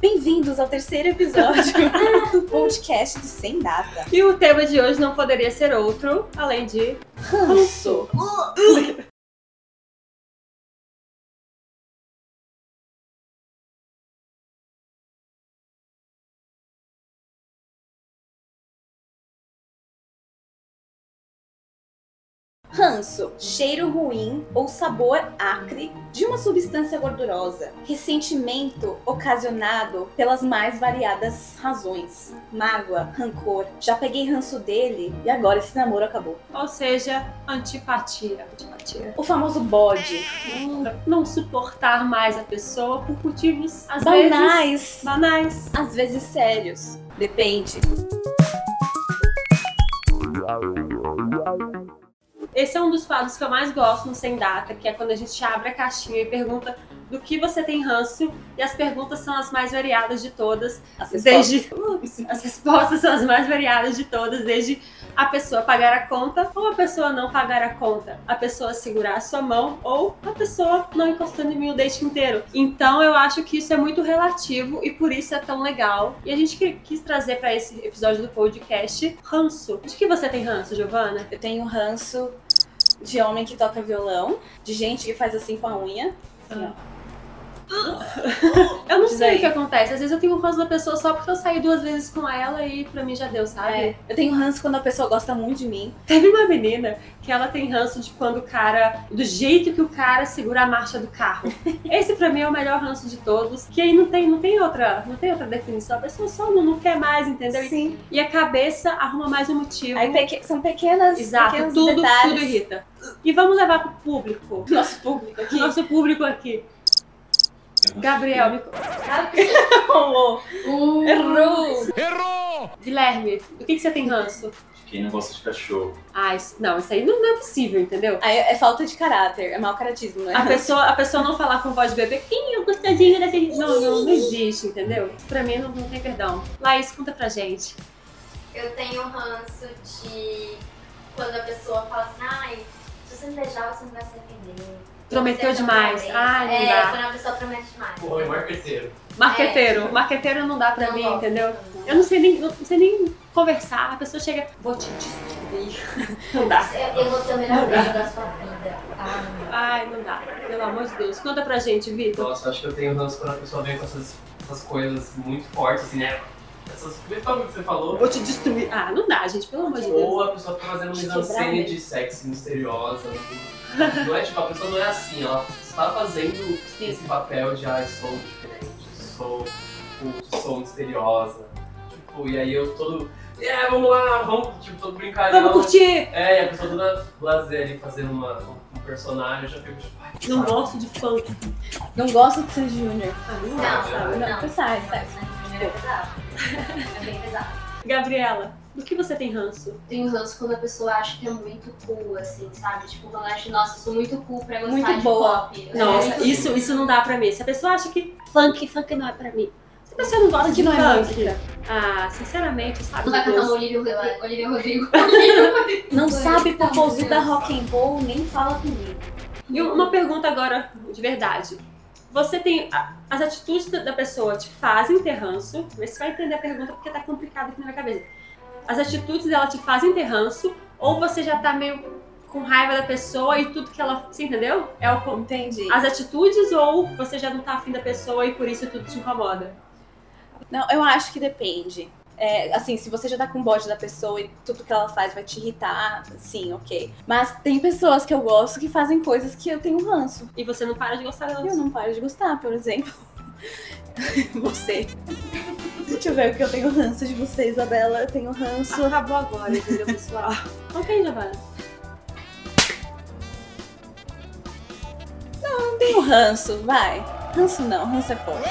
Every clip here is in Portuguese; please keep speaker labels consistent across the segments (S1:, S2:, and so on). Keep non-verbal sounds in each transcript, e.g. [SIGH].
S1: Bem-vindos ao terceiro episódio do podcast do Sem Data.
S2: E o tema de hoje não poderia ser outro, além de ranço.
S1: Ranço, cheiro ruim ou sabor acre de uma substância gordurosa. Ressentimento ocasionado pelas mais variadas razões. Mágoa, rancor. Já peguei ranço dele e agora esse namoro acabou.
S2: Ou seja, antipatia. Antipatia.
S1: O famoso bode.
S2: Não suportar mais a pessoa por motivos às vezes
S1: Banais.
S2: banais.
S1: Às vezes sérios. Depende.
S2: Esse é um dos quadros que eu mais gosto no Sem Data, que é quando a gente abre a caixinha e pergunta do que você tem ranço, e as perguntas são as mais variadas de todas.
S1: As
S2: Desde... Ups, as respostas são as mais variadas de todas, desde a pessoa pagar a conta ou a pessoa não pagar a conta, a pessoa segurar a sua mão ou a pessoa não encostando em mim o date inteiro. Então eu acho que isso é muito relativo e por isso é tão legal. E a gente que- quis trazer para esse episódio do podcast ranço. De que você tem ranço, Giovana?
S1: Eu tenho um ranço de homem que toca violão, de gente que faz assim com a unha. Assim, ó.
S2: Eu não
S1: Diz
S2: sei
S1: aí.
S2: o que acontece. Às vezes eu tenho ranço da pessoa só porque eu saí duas vezes com ela e pra mim já deu, sabe?
S1: É, Eu tenho ranço quando a pessoa gosta muito de mim.
S2: Teve uma menina que ela tem ranço de quando o cara. do jeito que o cara segura a marcha do carro. Esse pra mim é o melhor ranço de todos. Que aí não tem, não tem, outra, não tem outra definição. A pessoa só não, não quer mais, entendeu? E-
S1: Sim.
S2: E a cabeça arruma mais um motivo.
S1: Aí peque- são pequenas.
S2: Exato,
S1: pequenos
S2: tudo, é
S1: detalhes.
S2: tudo
S1: [LAUGHS]
S2: irrita. E vamos levar pro público.
S1: Nosso público aqui.
S2: Nosso público aqui. Gabriel, me...
S1: Rolou. Errou.
S2: Guilherme, do que, que você tem ranço?
S3: Quem não gosta de cachorro.
S2: Ah, isso, não, isso aí não, não é possível, entendeu?
S1: Aí é falta de caráter, é mau caratismo, né?
S2: A pessoa, a pessoa não falar com voz de bebê, quem eu gostosinho dessa não, não, não existe, entendeu? Pra mim não, não tem perdão. Laís, conta pra gente.
S4: Eu tenho um ranço de quando a pessoa fala assim, ai, se você me beijar, você não vai se arrepender.
S2: Prometeu
S4: Você
S2: demais.
S4: também."
S2: Ai, não
S4: é,
S2: dá.
S4: quando a pessoa promete demais.
S5: Pô, é marqueteiro.
S2: Marqueteiro. Marqueteiro não dá pra
S4: Não
S2: mim,
S4: gosto.
S2: entendeu? Eu não sei, nem, não sei nem conversar, a pessoa chega, vou te destruir. Não dá.
S4: Eu, eu vou ser o melhor beijo da sua vida. Ah, Ai,
S2: Ai, não dá. Pelo amor de Deus. Conta pra gente, Vitor.
S5: Nossa, acho que eu tenho ranço quando a pessoa vem com essas, essas coisas muito fortes, assim, né? Essas principalmente que você falou.
S2: te destruir. Ah, não dá, gente. Pelo amor de Deus.
S5: Ou a pessoa fica fazendo
S1: Te
S5: mise-en-scène
S1: quebrar,
S5: de sexo misteriosa. assim. Não é tipo, a pessoa não é assim, ela está fazendo esse papel de ai, sou diferente, sou culto, sou misteriosa. Tipo, e aí eu todo. É, vamos lá, vamos, tipo, todo brincalhão.
S2: Vamos curtir!
S5: É, e a pessoa toda lazer ali fazendo uma, um personagem, eu já fico tipo, ai, que
S2: Não
S5: saco.
S2: gosto de funk.
S1: Não gosto de ser júnior.
S2: Ah, não dá,
S4: não,
S2: sabe?
S1: não,
S4: não.
S1: tu sai, sai.
S4: É pesado. É bem pesado.
S2: Gabriela, do que você tem ranço?
S4: Tenho ranço quando a pessoa acha que é muito cool, assim, sabe? Tipo, quando ela acha, nossa, eu sou muito cool pra gostar
S1: Muito
S4: de
S1: boa.
S4: pop. Eu sou
S2: Nossa,
S4: muito
S2: isso, isso não dá pra mim. Se a pessoa acha que funk, funk não é pra mim. Se a pessoa não gosta de
S1: Funk não é
S2: funk, ah, sinceramente, sabe?
S4: Não vai cantar
S2: Deus.
S4: uma Olivia Rodrigo. Olivia Rodrigo. Olivia Rodrigo.
S1: Não
S4: Foi,
S1: sabe
S4: tá
S1: propósito da
S4: Deus.
S1: rock and roll, nem fala comigo.
S2: E uma pergunta agora, de verdade. Você tem. a- As atitudes da da pessoa te fazem ter ranço. Vê se vai entender a pergunta porque tá complicado aqui na minha cabeça. As atitudes dela te fazem ter ranço, ou você já tá meio com raiva da pessoa e tudo que ela. Você entendeu? É o com-
S1: Entendi.
S2: as atitudes, ou você já não tá afim da pessoa e por isso tudo te incomoda.
S1: Não, eu acho que depende. É, assim, se você já tá com bode da pessoa e tudo que ela faz vai te irritar, sim, ok. Mas tem pessoas que eu gosto que fazem coisas que eu tenho um ranço.
S2: E você não para de gostar dela.
S1: E eu não paro de gostar, por exemplo. [LAUGHS] você. Deixa eu ver o que eu tenho ranço de você, Isabela. Eu tenho ranço. Ah,
S2: acabou agora, entendeu, pessoal? [LAUGHS] ok, Giovana.
S1: Não tenho ranço, vai. Ranço não, ranço é forte.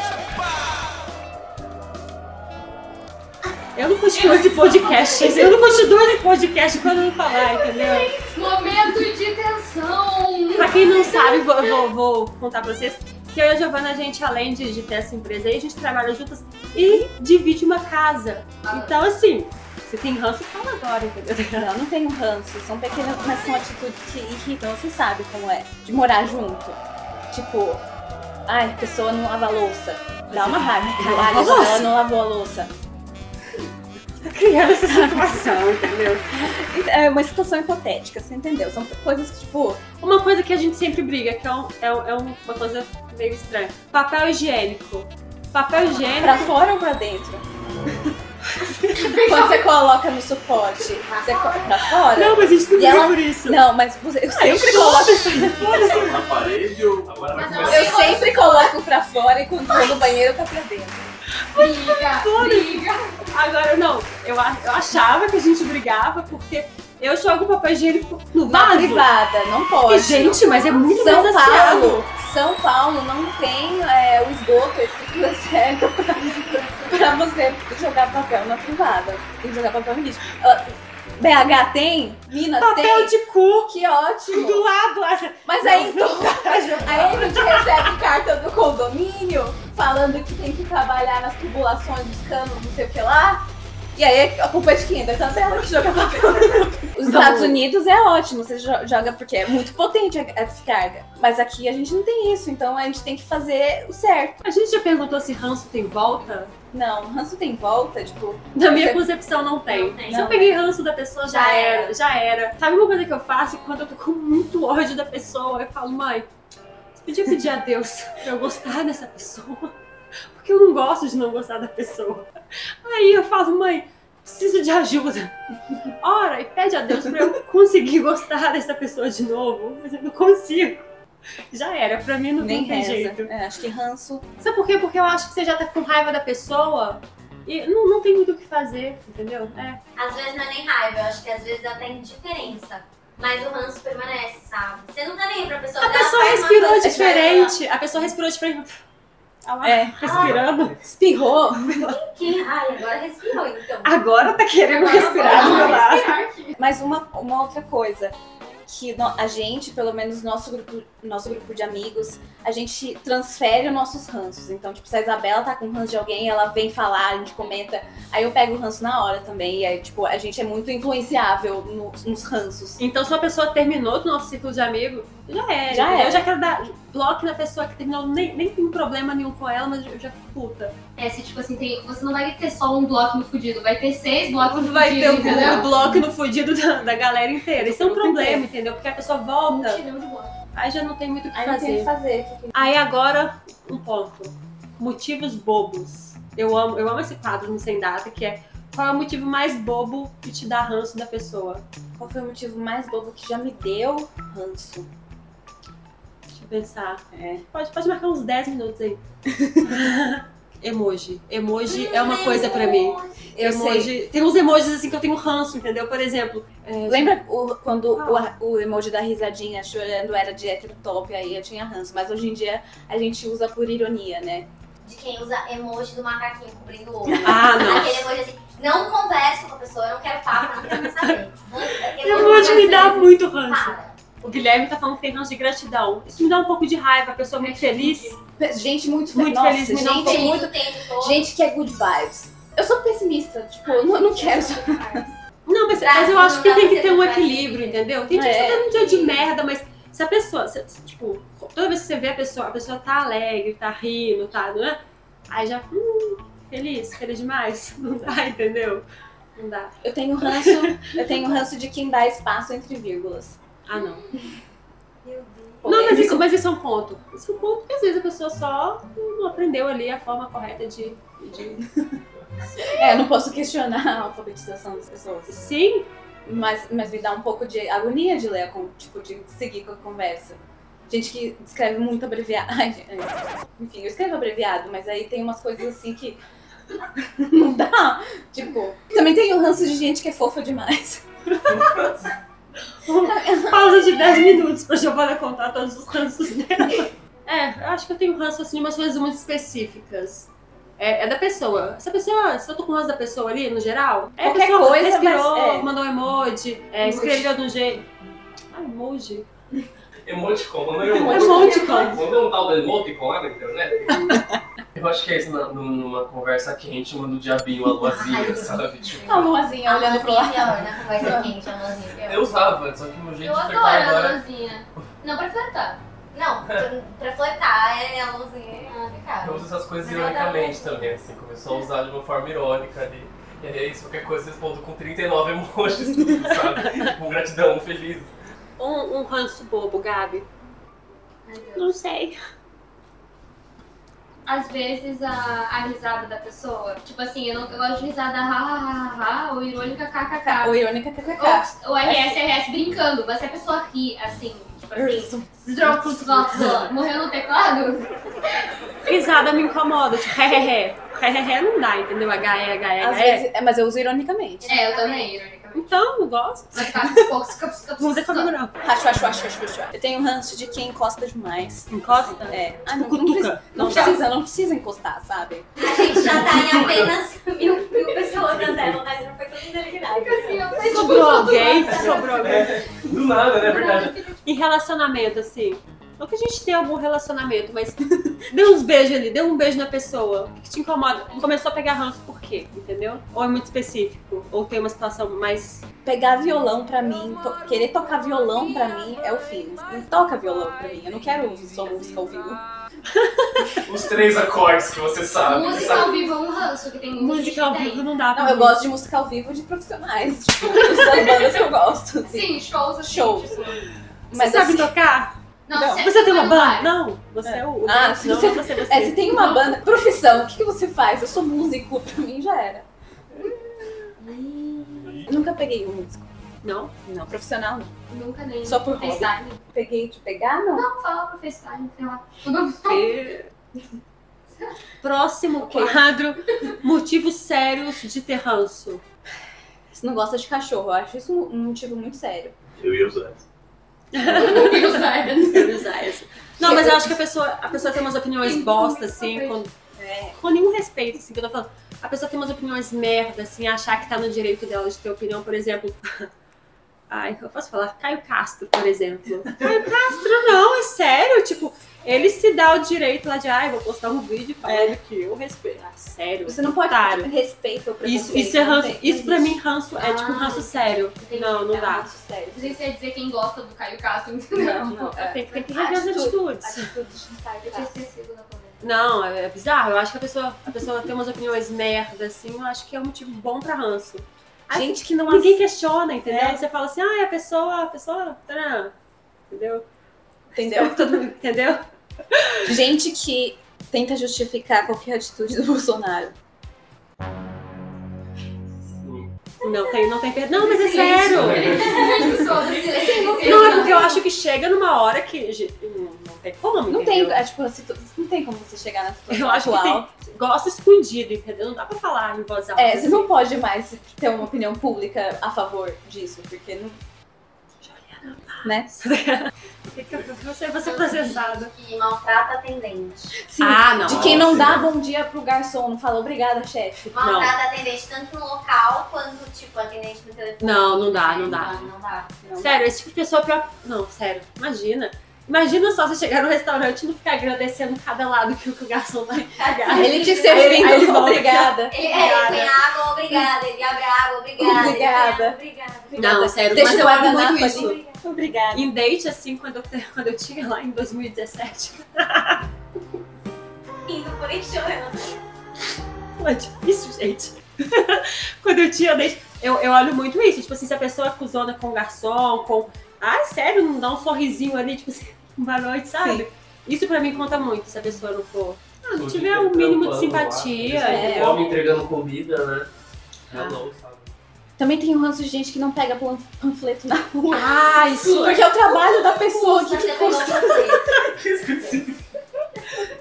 S2: Eu não continuo esse podcast. Eu não continuo esse podcast quando eu falar, [LAUGHS] entendeu?
S4: Momento de tensão.
S2: Pra quem não sabe, vou, vou- vou contar pra vocês que eu e a Giovana, a gente, além de, de ter essa empresa aí, a gente trabalha juntas e divide uma casa. Então, assim, você tem ranço, fala agora, entendeu?
S1: Não, não tenho ranço. São pequenas, mas são atitudes que irritam. Você sabe como é. De morar junto. Tipo, ai, a pessoa não lava a louça. Dá uma raiva.
S2: Eu
S1: Caralho,
S2: lavo a louça.
S1: ela não lavou a louça.
S2: Tá criando essa [LAUGHS] situação, entendeu?
S1: É uma situação hipotética, você entendeu? São coisas que, tipo,
S2: Uma coisa que a gente sempre briga, que é, um- é um- é um- uma coisa meio estranha. Papel higiênico. Papel higiênico.
S1: pra fora ou pra dentro? Quando você coloca no suporte, você co- pra fora?
S2: Não, mas a gente não
S1: E
S2: briga
S1: ela-
S2: por isso.
S1: Não, mas você, eu
S2: eu
S1: sempre coloco.
S3: Na parede ou. Agora vai
S4: Mas é
S3: começar.
S1: Eu sempre coloco pra fora e quando vou no banheiro tá pra dentro.
S4: Briga, briga.
S2: Agora, não, eu, a- eu achava que a gente brigava porque eu jogo papel higiênico no
S1: Na
S2: vaso.
S1: privada, não
S2: E,
S1: pode.
S2: gente, mas é muito
S1: São
S2: mais
S1: Paulo.
S2: asseado.
S1: São Paulo não tem é, o esgoto, esse tipo é certo pra, pra você jogar papel na privada. Tem que jogar papel no lixo. Ah, BH tem? Minas
S2: Papel
S1: tem?
S2: de cu
S1: Que ótimo!
S2: do lado. assim.
S1: Mas aí então, aí a gente recebe carta do condomínio falando que tem que trabalhar nas tubulações dos canos, não sei o que lá. E aí a culpa é de quem? Da tabela que joga [LAUGHS] papel. Os Estados Unidos é ótimo, você jo- joga porque é muito potente a a descarga. Mas aqui a gente não tem isso, então a gente tem que fazer o certo.
S2: [LAUGHS] A gente já perguntou se ranço tem volta?
S1: Não, ranço tem volta, tipo,
S2: Na minha
S1: Você-
S2: concepção não tem.
S4: Não tem.
S2: Se eu
S1: Não.
S2: peguei ranço da pessoa, já,
S4: Já
S2: era.
S4: era.
S2: já era. Sabe uma coisa que eu faço quando eu tô com muito ódio da pessoa? Eu falo, mãe, você podia pedir a Deus pra eu gostar dessa pessoa? Porque eu não gosto de não gostar da pessoa. Aí eu falo, mãe, preciso de ajuda. Ora, e pede a Deus pra eu conseguir gostar dessa pessoa de novo. Mas eu não consigo. Já era, pra mim não
S1: nem
S2: tem
S1: reza.
S2: jeito.
S1: É, acho que ranço.
S2: Sabe por quê? Porque eu acho que você já tá com raiva da pessoa e não, não tem muito o que fazer, entendeu? É.
S4: Às vezes não é nem raiva, eu acho que às vezes é até indiferença. Mas o ranço permanece, sabe? Você não tá nem aí pra pessoa.
S2: A
S4: dela,
S2: pessoa
S4: faz uma
S2: respirou
S4: coisa
S2: diferente. A pessoa respirou diferente. Ah lá,
S1: É.
S2: respirando.
S1: Espirrou.
S4: dela. Que... Ai, agora respirou, então.
S2: Agora tá querendo
S4: Agora
S2: respirar do
S4: vamos
S2: meu lado.
S4: respirar.
S1: Mas uma, uma outra coisa, que no- a gente, pelo menos nosso grupo, nosso grupo de amigos, a gente transfere os nossos ranços. Então, tipo, se a Isabela tá com ranço de alguém, ela vem falar, a gente comenta. Aí eu pego o ranço na hora também. E aí, tipo, a gente é muito influenciável no- nos ranços.
S2: Então, se uma pessoa terminou do nosso círculo de amigo, já é.
S1: Já
S2: eu
S1: é.
S2: já quero dar bloco na pessoa que terminou, nem, nem tem problema nenhum com ela, mas eu já fico puta.
S6: É, se tipo assim, tem, você não vai ter só um bloco no fudido, vai ter seis blocos no
S2: Vai ter
S6: fudido,
S2: o,
S6: entendeu?
S2: o bloco no fudido da, da galera inteira. Isso é um
S1: grupo
S2: problema,
S1: inteiro.
S2: entendeu? Porque a pessoa
S6: Um
S2: volta,
S6: tirão de bloco.
S2: aí já não tem muito o que
S1: Aí não tem o que
S2: fazer.
S1: fazer. que-
S2: Aí agora, um ponto. Motivos bobos. Eu amo, eu amo esse quadro no Sem Data, que é qual é o motivo mais bobo que te dá ranço da pessoa?
S1: Qual foi o motivo mais bobo que já me deu ranço?
S2: Deixa eu pensar.
S1: É.
S2: Pode, pode marcar uns 10 minutos [LAUGHS] aí. emoji. Emoji é uma
S4: Ai,
S2: coisa pra mim.
S1: Eu
S2: emoji.
S1: sei.
S2: Tem uns emojis assim que eu tenho ranço, entendeu? Por exemplo, é,
S1: Lembra o- quando o, a- o emoji da risadinha chorando era de hétero top, aí eu tinha ranço. Mas hoje em dia a gente usa por ironia, né?
S4: De quem usa emoji do macaquinho cobrindo o olho.
S2: Ah, não.
S4: Aquele emoji assim, não converso com a pessoa, eu não quero papo, não quero mais saber.
S2: [LAUGHS] emoji me dá muito ranço.
S4: Para.
S2: Ah, O Guilherme tá falando que tem ranço de gratidão. Isso me dá um pouco de raiva, a pessoa é muito feliz.
S1: Gente muito,
S2: Muito
S1: feliz. Nossa,
S2: feliz, me dá um
S1: gente,
S4: Tem
S1: muito,
S4: muito tempo todo.
S1: gente que é good vibes. Eu sou pessimista, tipo, eu não, não quero.
S2: Não, mas,
S4: Pra
S2: mas eu
S4: não
S2: acho que
S4: dar
S2: tem que
S4: você
S2: ter um
S4: ficar
S2: equilíbrio,
S4: assim.
S2: entendeu? Tem gente que
S1: É.
S2: tá num dia de merda, mas se a pessoa, se- se, tipo, toda vez que você vê a pessoa, a pessoa tá alegre, tá rindo, tá, não é? Aí já, hum, feliz, feliz demais. [LAUGHS] Não dá, entendeu? Não dá.
S1: Eu tenho ranço, eu tenho ranço de quem dá espaço entre vírgulas.
S2: Ah, não.
S4: Meu Deus.
S2: Não, mas isso, mas isso é um ponto. Isso é um ponto que às vezes a pessoa só não aprendeu ali a forma correta de. de...
S1: É, eu não posso questionar a alfabetização das pessoas.
S2: Sim,
S1: Mas, mas me dá um pouco de agonia de ler, a con- tipo, de seguir com a conversa. Gente que escreve muito abreviado. Ai, gente, ai. Enfim, eu escrevo abreviado, mas aí tem umas coisas assim que. [LAUGHS] Não dá. Tipo, também tem o ranço de gente que é fofa demais.
S2: pausa de 10 minutos pra Giovana contar todos os ranços dela. É, eu acho que eu tenho ranço assim de umas coisas muito específicas. É, é da pessoa. Se a pessoa, se eu tô com ranço da pessoa ali, no geral, é a
S1: Qualquer
S2: pessoa
S1: coisa,
S2: respirou,
S1: mas- é.
S2: mandou um emoji, é,
S1: Emoji.
S2: escreveu de um jeito. Ah, emoji.
S5: Emoticon, não é emoticon.
S2: Emoticon.
S5: Vamos dar um tal do emoticon lá na internet? Eu acho que é isso na- numa conversa quente, manda o diabinho, a
S4: [LAUGHS]
S5: luazinha, sabe? Tipo,
S1: A luazinha Tá assim, olhando pro lado.
S4: Pior, na conversa quente, a mãozinha pior.
S5: eu usava, só que meu jeito
S6: Eu
S5: de
S6: adoro
S5: flertar
S6: a
S5: agora
S6: Lolozinha. Não pra flertar.
S4: Não, pra, pra flertar, é a luzinha
S5: Eu
S4: complicada.
S5: uso essas coisas
S4: Mas ela dá
S5: ironicamente
S4: muito.
S5: também, assim, começou a usar de uma forma irônica ali. E aí, é isso, qualquer coisa eu respondo com 39 emojis, [LAUGHS] tudo, sabe? com gratidão, feliz.
S2: Um, um ranço bobo, Gabi.
S4: Ai, Deus.
S2: Não sei.
S6: Às vezes a, a risada da pessoa, tipo assim, eu, não, eu gosto de risada ha, ha, ha, ha, ou irônica kkk.
S1: Ou irônica é kkk.
S6: Ou, ou RS, RS brincando, mas se a pessoa ri assim, tipo assim,
S1: Isso.
S6: Drops, votos, ó, morreu no teclado?
S2: Risada me incomoda, tipo, ré, ré, ré. Ré, ré, ré não dá, entendeu? H, E, H, E,
S1: Às
S2: H, E.
S1: vezes, é, mas eu uso ironicamente.
S6: É, eu também, ironicamente.
S2: Então, não gosto. é
S6: Vai ficar com poucos, caps, caps,
S2: Música
S6: caps,
S2: familiar.
S1: Racho, racho, racho, racho, racho. Eu tenho um ranço de quem encosta demais.
S2: Encosta?
S1: É. Ah, não, não, precisa,
S2: Cutuca.
S1: não precisa, não precisa encostar, sabe?
S4: A gente já tá em apenas mil, mil pessoas na tela, mas não foi né? todo mundo eliminado.
S6: assim, eu falei, tipo,
S2: Sobrou alguém?
S6: do nada.
S2: Sobrou alguém.
S5: Do nada, né? É verdade.
S2: Em relacionamento, assim. Não que a gente tenha algum relacionamento, mas [LAUGHS] dê uns beijos ali, dê um beijo na pessoa. O que, que te incomoda? Começou a pegar ranço por quê? Entendeu? Ou é muito específico, ou tem uma situação mais.
S1: Pegar violão pra mim, to- querer tocar violão pra mim é o fim. Não toca violão pra mim. Eu não quero ouvir só música ao vivo.
S5: Os três acordes que você sabe.
S6: Música
S5: sabe?
S6: ao vivo é um ranço que tem muita gente
S2: Música ao
S6: que tem.
S2: vivo não dá
S1: Ah,
S2: pra.
S1: Não, eu
S2: mim.
S1: gosto de música ao vivo de profissionais. [LAUGHS] Tipo, das bandas que eu gosto. assim.
S6: Sim, shows assim.
S1: Shows.
S6: tipo-
S2: Você
S1: Mas
S2: sabe
S1: assim, é
S2: tocar?
S6: Não,
S1: Não.
S6: sempre
S2: Você tem uma
S6: foi no
S2: banda?
S6: bar.
S2: Não. Você é, o.
S1: Ah,
S2: não,
S1: se
S2: não,
S1: você-
S2: você é você.
S1: é, se tem uma banda, profissão, o que, que você faz? Eu sou músico, pra mim já era. Eu nunca peguei um músico.
S2: Não?
S1: Não, profissional não.
S6: Nunca nem.
S1: Só por hobby.
S6: FaceTime.
S1: Peguei de pegar, não.
S6: Não, fala pro FaceTime, sei lá. Não,
S2: Próximo
S1: Ok.
S2: quadro: motivos sérios de ter ranço.
S1: Você não gosta de cachorro, eu acho isso um motivo muito sério.
S3: Eu ia usar essa.
S2: Quero usar essa. Não, mas eu acho que a pessoa, a pessoa tem umas opiniões bosta, assim, com,
S1: É,
S2: com nenhum respeito, assim, que eu tô falando. A pessoa tem umas opiniões merda, assim, achar que tá no direito dela de ter opinião, por exemplo. [LAUGHS] Ai, eu posso falar? Caio Castro, por exemplo. Caio Castro, não, é sério, tipo, ele se dá o direito lá de, ai, vou postar um vídeo falando que eu respeito. Ah, sério.
S1: Você não pode
S2: Otário.
S1: ter respeito ou preconceito.
S2: Isso, isso é
S1: não
S2: ranço.
S1: tem, não
S2: Isso pra
S1: existe.
S2: mim, ranço, é tipo um ranço
S6: Ah.
S2: sério. Não, não
S1: É um
S2: dá.
S1: ranço sério.
S6: Não sei se ia dizer quem gosta do Caio Castro, entendeu?
S1: Não, não. É.
S2: Tem, que- tem que rever as
S1: Atitude.
S2: atitudes.
S1: Atitudes de
S6: Eu tinha
S1: sair
S6: esquecido da [LAUGHS] conversa.
S2: Não, é é bizarro. Eu acho que a pessoa, a pessoa tem umas opiniões merda, assim, eu acho que é um motivo bom pra ranço. Aí
S1: Gente que não
S2: Ninguém questiona, entendeu?
S1: É.
S2: Você fala assim, ah, a pessoa, a pessoa. tarã", Entendeu?
S1: Entendeu?
S2: Todo mundo- entendeu?
S1: Gente que tenta justificar qualquer atitude do Bolsonaro.
S5: Sim.
S2: Não tem, não tem perdão. Não, mas é
S6: Silêncio.
S2: sério.
S6: Silêncio sobre silêncio.
S2: Não, é porque eu acho que chega numa hora que. gente, Não não tem como,
S1: Não
S2: entendeu?
S1: tem, é, tipo, a situ- não tem como você chegar na situação
S2: Eu acho que
S1: atual.
S2: tem. Gosta escondido, entendeu? Não dá pra falar em voz alta.
S1: É, você
S2: assim.
S1: não pode mais ter uma opinião pública a favor disso, porque não. Né?
S2: Fica- Você vai ser processada.
S4: Que maltrata atendente.
S1: Sim.
S2: Ah, não.
S1: De quem não dá
S5: Nossa.
S1: bom dia pro garçom, não fala obrigada, chefe.
S4: Maltrata atendente tanto no local quanto, tipo, atendente no telefone. Ah,
S2: Não, não dá, não dá.
S4: Não dá.
S1: Não.
S2: Sério, esse tipo de pessoa é pior. Não, sério, imagina. Imagina só você chegar no restaurante e não ficar agradecendo cada lado que o garçom vai
S1: Ah,
S2: pegar.
S1: Ele te
S2: Aí ele
S1: servindo,
S2: volta.
S1: obrigada.
S4: Ele, é, ele põe água, obrigada. Ele abre água, obrigada. ele põe
S1: Obrigada.
S4: água, Obrigada.
S2: Não, sério,
S1: Deixa
S2: mas
S1: o
S2: eu amo
S1: guardanapo
S2: muito
S1: ali.
S2: isso.
S1: Obrigada.
S2: Em date, assim, quando eu, quando eu tinha lá em [LAUGHS] 2017,
S4: Indo por aí chorando.
S2: foi É difícil, gente. [LAUGHS] quando eu tinha date, eu, eu olho muito isso. Tipo assim, se a pessoa é acusona com o garçom, com. Ai, sério, não dá um sorrisinho ali, tipo assim, [LAUGHS] boa noite, sabe? Isso pra mim conta muito, se a pessoa não for. Ah, não tiver um mínimo de simpatia. é.
S5: Eles
S2: entendeu?
S5: com fome entregando comida, né?
S2: Ah.
S5: Hello, sabe?
S1: Também tem um ranço de gente que não pega pan- panfleto na rua.
S2: Ah, isso
S1: Porque é o trabalho da pessoa.
S4: Mas
S1: Que
S4: você
S1: que
S4: pegou
S1: custa?
S4: você.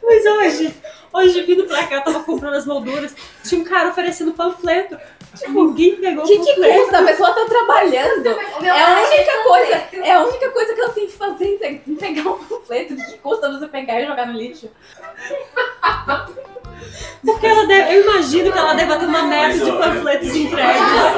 S2: Mas é, hoje, hoje vindo pra cá, eu tava comprando as molduras, tinha um cara oferecendo panfleto. Tipo, alguém pegou
S1: Uhum. Que
S2: o
S1: que
S2: panfleto.
S1: custa? A pessoa tá trabalhando.
S4: O meu
S1: É a
S4: pai
S1: única
S4: chegou
S1: coisa,
S4: com
S1: é a única coisa que ela tem que fazer, é entregar um panfleto. Que custa você pegar e jogar no lixo?
S2: Porque ela deve, eu imagino que ela deve ter uma meta
S3: Mas,
S2: de
S3: ó,
S2: panfletos
S3: eu-
S2: de
S3: eu-
S2: entrega.
S3: Eu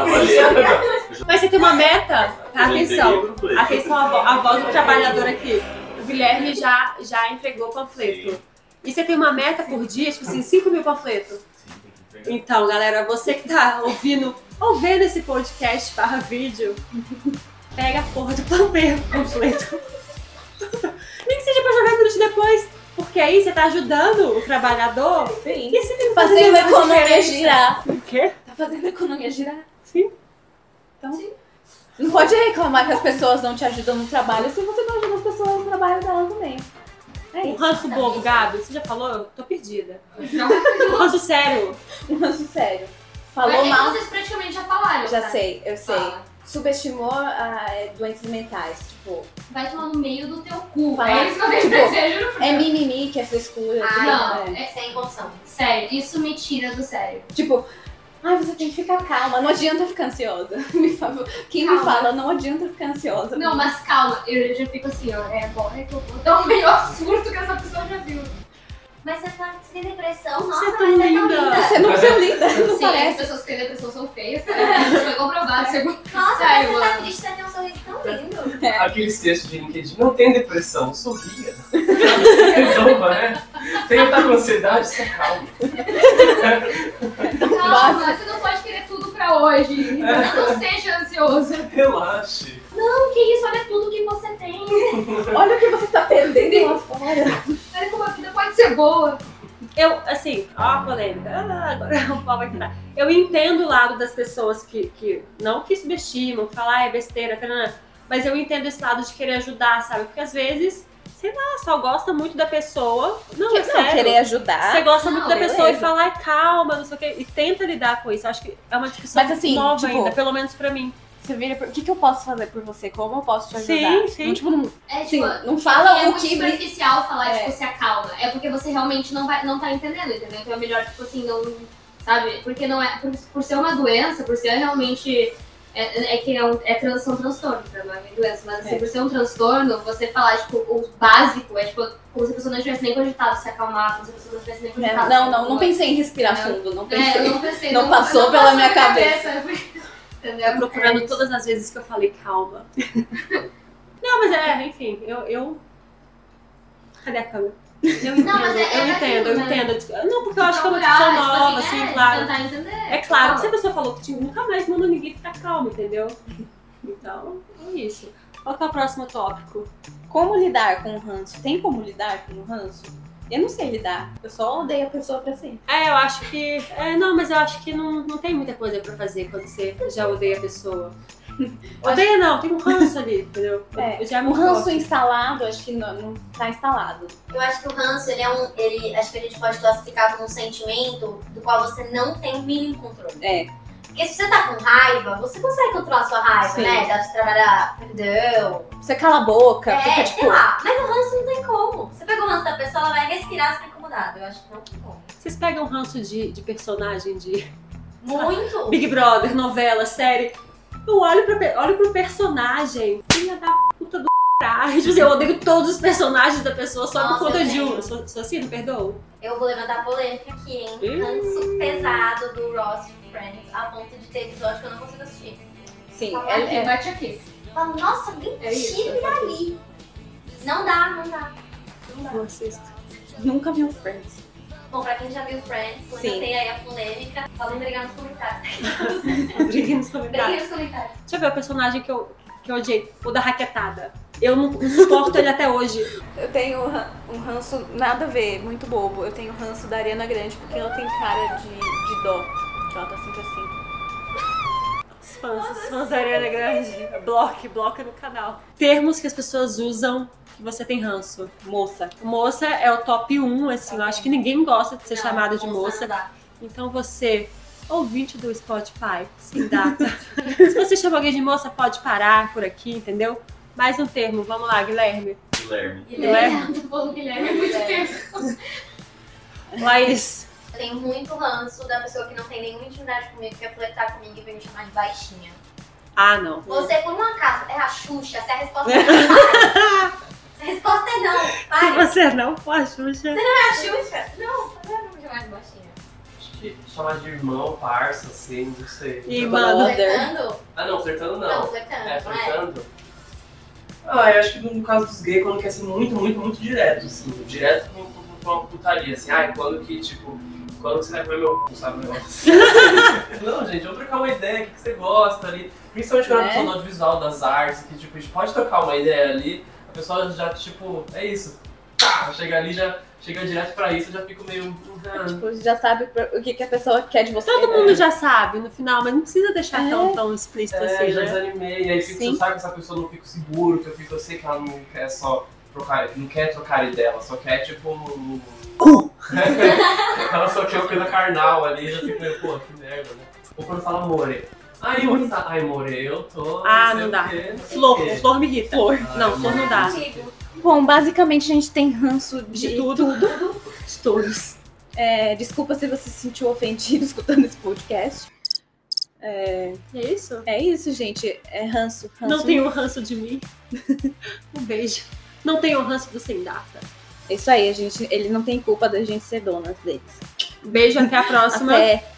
S3: trabalhei-
S2: Mas você tem uma meta? Atenção.
S3: Eu peguei
S2: Atenção, a, vo- a voz do trabalhador aqui. O Guilherme já, já entregou o panfleto. E você tem uma meta por dia, tipo assim, 5 mil panfletos.
S3: panfleto.
S2: Então, galera, você que tá ouvindo ou vendo esse podcast barra vídeo, pega a porra do panfleto. panfleto. Nem que seja pra jogar um depois. Porque aí você tá ajudando o trabalhador.
S1: Sim.
S2: E se ele tá
S1: Fazendo a
S2: nenhuma
S1: economia
S2: diferença?
S1: girar.
S2: O quê?
S1: Tá fazendo a economia girar.
S2: Sim.
S1: Então. Não pode reclamar que as pessoas não te ajudam no trabalho se você não ajuda as pessoas no trabalho dela também. É
S2: Um
S1: isso.
S2: ranço bobo, Gabi, você já falou? Eu tô perdida.
S6: Não.
S2: Um ranço sério.
S1: Um ranço sério.
S6: Mas
S1: Falou
S6: é que
S1: mal.
S6: Vocês praticamente já falaram.
S1: Já
S6: tá?
S1: sei, eu sei.
S6: Fala.
S1: Subestimou ah, é, doenças mentais. Tipo,
S6: Vai tomar no meio do teu cu.
S1: Fala.
S6: É isso que eu tenho que
S1: Tipo,
S6: dizer, juro por
S1: é
S6: Deus.
S1: mimimi que é frescura.
S4: Ah,
S1: que
S6: Ah. não.
S1: é.
S4: É sem condição.
S6: Sério, isso me tira do sério.
S1: Tipo, ai, você tem que ficar calma. Não adianta ficar ansiosa. [LAUGHS] Me fala- Quem me
S6: Calma.
S1: fala, não adianta ficar ansiosa.
S6: Não, mas calma, eu já fico assim, ó. É agora que eu vou dar o melhor surto que essa pessoa já viu.
S4: Mas você tá sem depressão?
S2: Você
S4: Nossa,
S2: é
S4: mas
S2: tão
S4: você é tão
S2: linda.
S4: linda.
S1: Você não sou linda, não
S6: Sim, as
S1: parece.
S6: pessoas que têm depressão são feias, cara. Isso foi comprovado, segundo.
S4: É. Nossa,
S6: Sério,
S4: mas você tá
S6: mano.
S4: triste, você tem um sorriso tão lindo.
S5: Aqueles textos É. de LinkedIn, não tem depressão, sorria. Resolva, né? Tem tá com ansiedade, se acalma.
S6: Calma, você não pode querer tudo pra hoje. Então Não seja ansioso.
S5: Relaxe.
S4: Não, que É. isso? Olha tudo que você tem.
S1: Olha o que você tá perdendo lá fora.
S6: Olha como a vida pode ser boa.
S2: Eu, assim, ó a polêmica. Ah, agora [LAUGHS] o pau vai tirar. Eu entendo o lado das pessoas que, que não que subestimam, que falam, ah, é besteira, tanana", mas eu entendo esse lado de querer ajudar, sabe? Porque às vezes, sei lá, só gosta muito da pessoa. Não, é
S1: não,
S2: sério.
S1: querer ajudar.
S2: Você gosta muito
S6: Não,
S2: da pessoa e
S1: beleza.
S2: fala, "Ai, calma, não sei o quê, e tenta lidar com isso. Eu acho que é uma discussão
S1: Mas, assim,
S2: nova
S1: tipo,
S2: ainda, pelo menos pra mim.
S1: Você vira por... O que, que eu posso fazer por você? Como eu posso te
S2: Sim,
S1: ajudar?
S2: sim.
S1: Não, tipo, não,
S6: É,
S1: assim,
S6: tipo,
S1: não fala
S6: é
S1: o
S6: muito
S1: que...
S6: superficial falar,
S1: É.
S6: tipo, se acalma. É porque você realmente não, vai, não tá entendendo, entendeu? Então é melhor, tipo assim, não. Sabe? Porque não é. Por, por ser uma doença, por ser realmente. É, é que é, um, é trans- são transtornos, né? não é nem doença. Mas assim,
S1: É.
S6: por ser um transtorno, você falar, tipo, o básico é tipo, como se a pessoa não tivesse nem cogitado se acalmar, como se a pessoa não tivesse nem
S1: É,
S6: cogitado. se
S1: Não, não, não
S6: acalmar.
S1: pensei em respirar
S6: Não.
S1: fundo, não
S6: É, eu
S1: pensei.
S6: não pensei.
S1: Não passou pela minha
S6: Entendeu?
S2: Eu Tá procurando
S6: É,
S2: todas as vezes que eu falei calma. [LAUGHS] não, mas é, enfim, eu. eu... Cadê a câmera? Eu entendo,
S6: Não, mas é- é
S2: eu entendo, eu
S6: daquilo,
S2: entendo. Não, porque eu acho que é né? uma
S6: procurar,
S2: discussão
S6: tipo
S2: nova,
S6: é,
S2: assim, claro.
S6: Tentar entender. tá
S2: É claro que se a
S6: você
S2: pessoa falou que tinha, nunca mais manda ninguém ficar calmo, entendeu? Então, é isso. Qual que é o próximo tópico?
S1: Como lidar com o ranço? Tem como lidar com o ranço? Eu não sei lidar. Eu só odeio a pessoa pra sempre.
S2: É, eu acho que. É, não, mas eu acho que não, não tem muita coisa pra fazer quando você já odeia a [LAUGHS] pessoa. Odeia não, tem um ranço ali, entendeu?
S1: É,
S2: Eu já
S1: O
S2: me
S1: ranço
S2: gosto.
S1: instalado, acho que não, não tá instalado.
S4: Eu acho que o ranço, ele é um. Ele, acho que a gente pode classificar como um sentimento do qual você não tem o mínimo controle.
S1: É.
S4: Porque se você tá com raiva, você consegue controlar a sua raiva,
S2: Sim.
S4: né? Dá pra você trabalhar perdão.
S1: Você cala a boca,
S4: é,
S1: fica
S4: sei
S1: tipo.
S4: lá. Mas o ranço não tem como. Você pega o ranço da pessoa, ela vai respirar, fica incomodada. Eu acho que não tem como.
S2: Vocês pegam ranço de, de personagem de [LAUGHS]
S4: Muito.
S2: Big Brother, novela, série. Eu olho, pra, pe- olho pro personagem, filha da puta do caralho. Tipo assim, eu odeio todos os personagens da pessoa só
S4: Nossa,
S2: por conta
S4: eu
S2: de um.
S4: tenho.
S2: Sou, sou assim, não perdoa?
S4: Eu vou levantar a polêmica aqui, hein?
S2: Ih.
S4: Ranço pesado do Ross de Friends, a ponto de ter episódio que eu não consigo assistir.
S1: Sim,
S4: Tá
S1: é- é-
S6: Bate aqui.
S4: Falo, nossa, bem
S6: É isso.
S4: tira dali. Não dá, não dá. Não dá.
S2: Não assisto.
S1: é. nunca viu Friends.
S4: Bom, pra quem já viu Friends, quando
S1: Sim.
S4: tem aí a polêmica, podem brigar nos comentários.
S2: Briguem nos comentários.
S4: Briguem nos comentários.
S2: Deixa eu ver o personagem que eu, que eu odiei, o da raquetada. Eu não suporto ele até hoje.
S1: Eu tenho ra- um ranço nada a ver, muito bobo. Eu tenho ranço da Ariana Grande porque ela tem cara de, de dó. Que ela tá sempre assim.
S2: Os fãs, os fãs da Ariana Grande. Bloque, bloca no canal. Termos que as pessoas usam que você tem ranço.
S1: Moça.
S2: Moça é o top 1, assim, eu acho que ninguém gosta de ser
S4: Não,
S2: chamada de
S4: não
S2: moça.
S4: dá.
S2: Então você, ouvinte do Spotify, sem data. [LAUGHS] Se você chama alguém de moça, pode parar por aqui, entendeu? Mais um termo, vamos lá, Guilherme. é?
S3: Guilherme.
S2: Guilherme.
S6: Guilherme. É, Tô falando Guilherme há muito tempo.
S2: Laís.
S4: Eu tenho muito ranço da pessoa que não tem nenhuma intimidade comigo, que é flertar comigo e vem me chamar de baixinha.
S2: Ah, não.
S4: Você, por um acaso, é a Xuxa, se a resposta
S2: [LAUGHS]
S4: é não, pare. Se a resposta é não, pare.
S2: Você não, pô, a Xuxa.
S4: É a Xuxa? Não, você não me chamar de baixinha.
S5: Acho que chamar de irmão, parça, assim, não sei.
S2: E
S5: Flertando-
S2: mano.
S1: né?"
S4: Flertando?
S5: Ah, não, flertando não.
S4: Não, flertando,
S5: É,
S4: não é?
S5: flertando. Ah, eu acho que no caso dos gays, quando quer ser muito, muito, muito direto, assim. Direto com, com, com uma putaria, assim. Ai, quando que, tipo, quando que você vai comer meu cu, sabe? [LAUGHS] o negócio? não, gente, vamos trocar uma ideia, o que, que você gosta ali. Principalmente quando
S1: Né?
S5: a pessoa do audiovisual, das artes, que, tipo, a gente pode trocar uma ideia ali. A pessoa já, tipo, é isso. tá, chega ali, já chega direto pra isso, eu já fico meio. "Ah,
S1: Tipo, já sabe pra- o que, que a pessoa quer de você.
S2: Todo
S1: né?
S2: mundo já sabe no final, mas não precisa deixar
S1: É.
S2: tão, tão explícito
S5: É,
S2: assim,
S5: já
S2: né?
S5: desanimei. Aí fico,
S1: Sim.
S5: você sabe que essa pessoa não fica seguro, que eu fico, eu sei que ela não quer só trocar, não quer trocar ideia, ela só quer tipo. Cu! [LAUGHS] ela só quer uma coisa carnal ali, já fico meio, pô, que merda, né? Ou quando fala more. Ai, onde tá? Ai, more, eu tô.
S2: Ah,
S5: sei
S2: não
S5: o
S2: dá.
S5: quê, não sei
S2: Flor,
S5: o quê.
S2: flor me irrita. Flor.
S5: É. Ai,
S2: Não, flor não dá.
S4: Contigo.
S1: Bom, basicamente a gente tem ranço de,
S2: De tudo. De todos.
S1: É, desculpa se você se sentiu ofendido [LAUGHS] escutando esse podcast.
S2: É isso?
S1: É isso, gente. É ranço. ranço.
S2: Não tenho ranço de mim. [LAUGHS] um beijo. Não tenho ranço do sem data.
S1: É isso aí, a gente, ele não tem culpa da gente ser donas deles.
S2: Beijo, até a próxima.
S1: Até.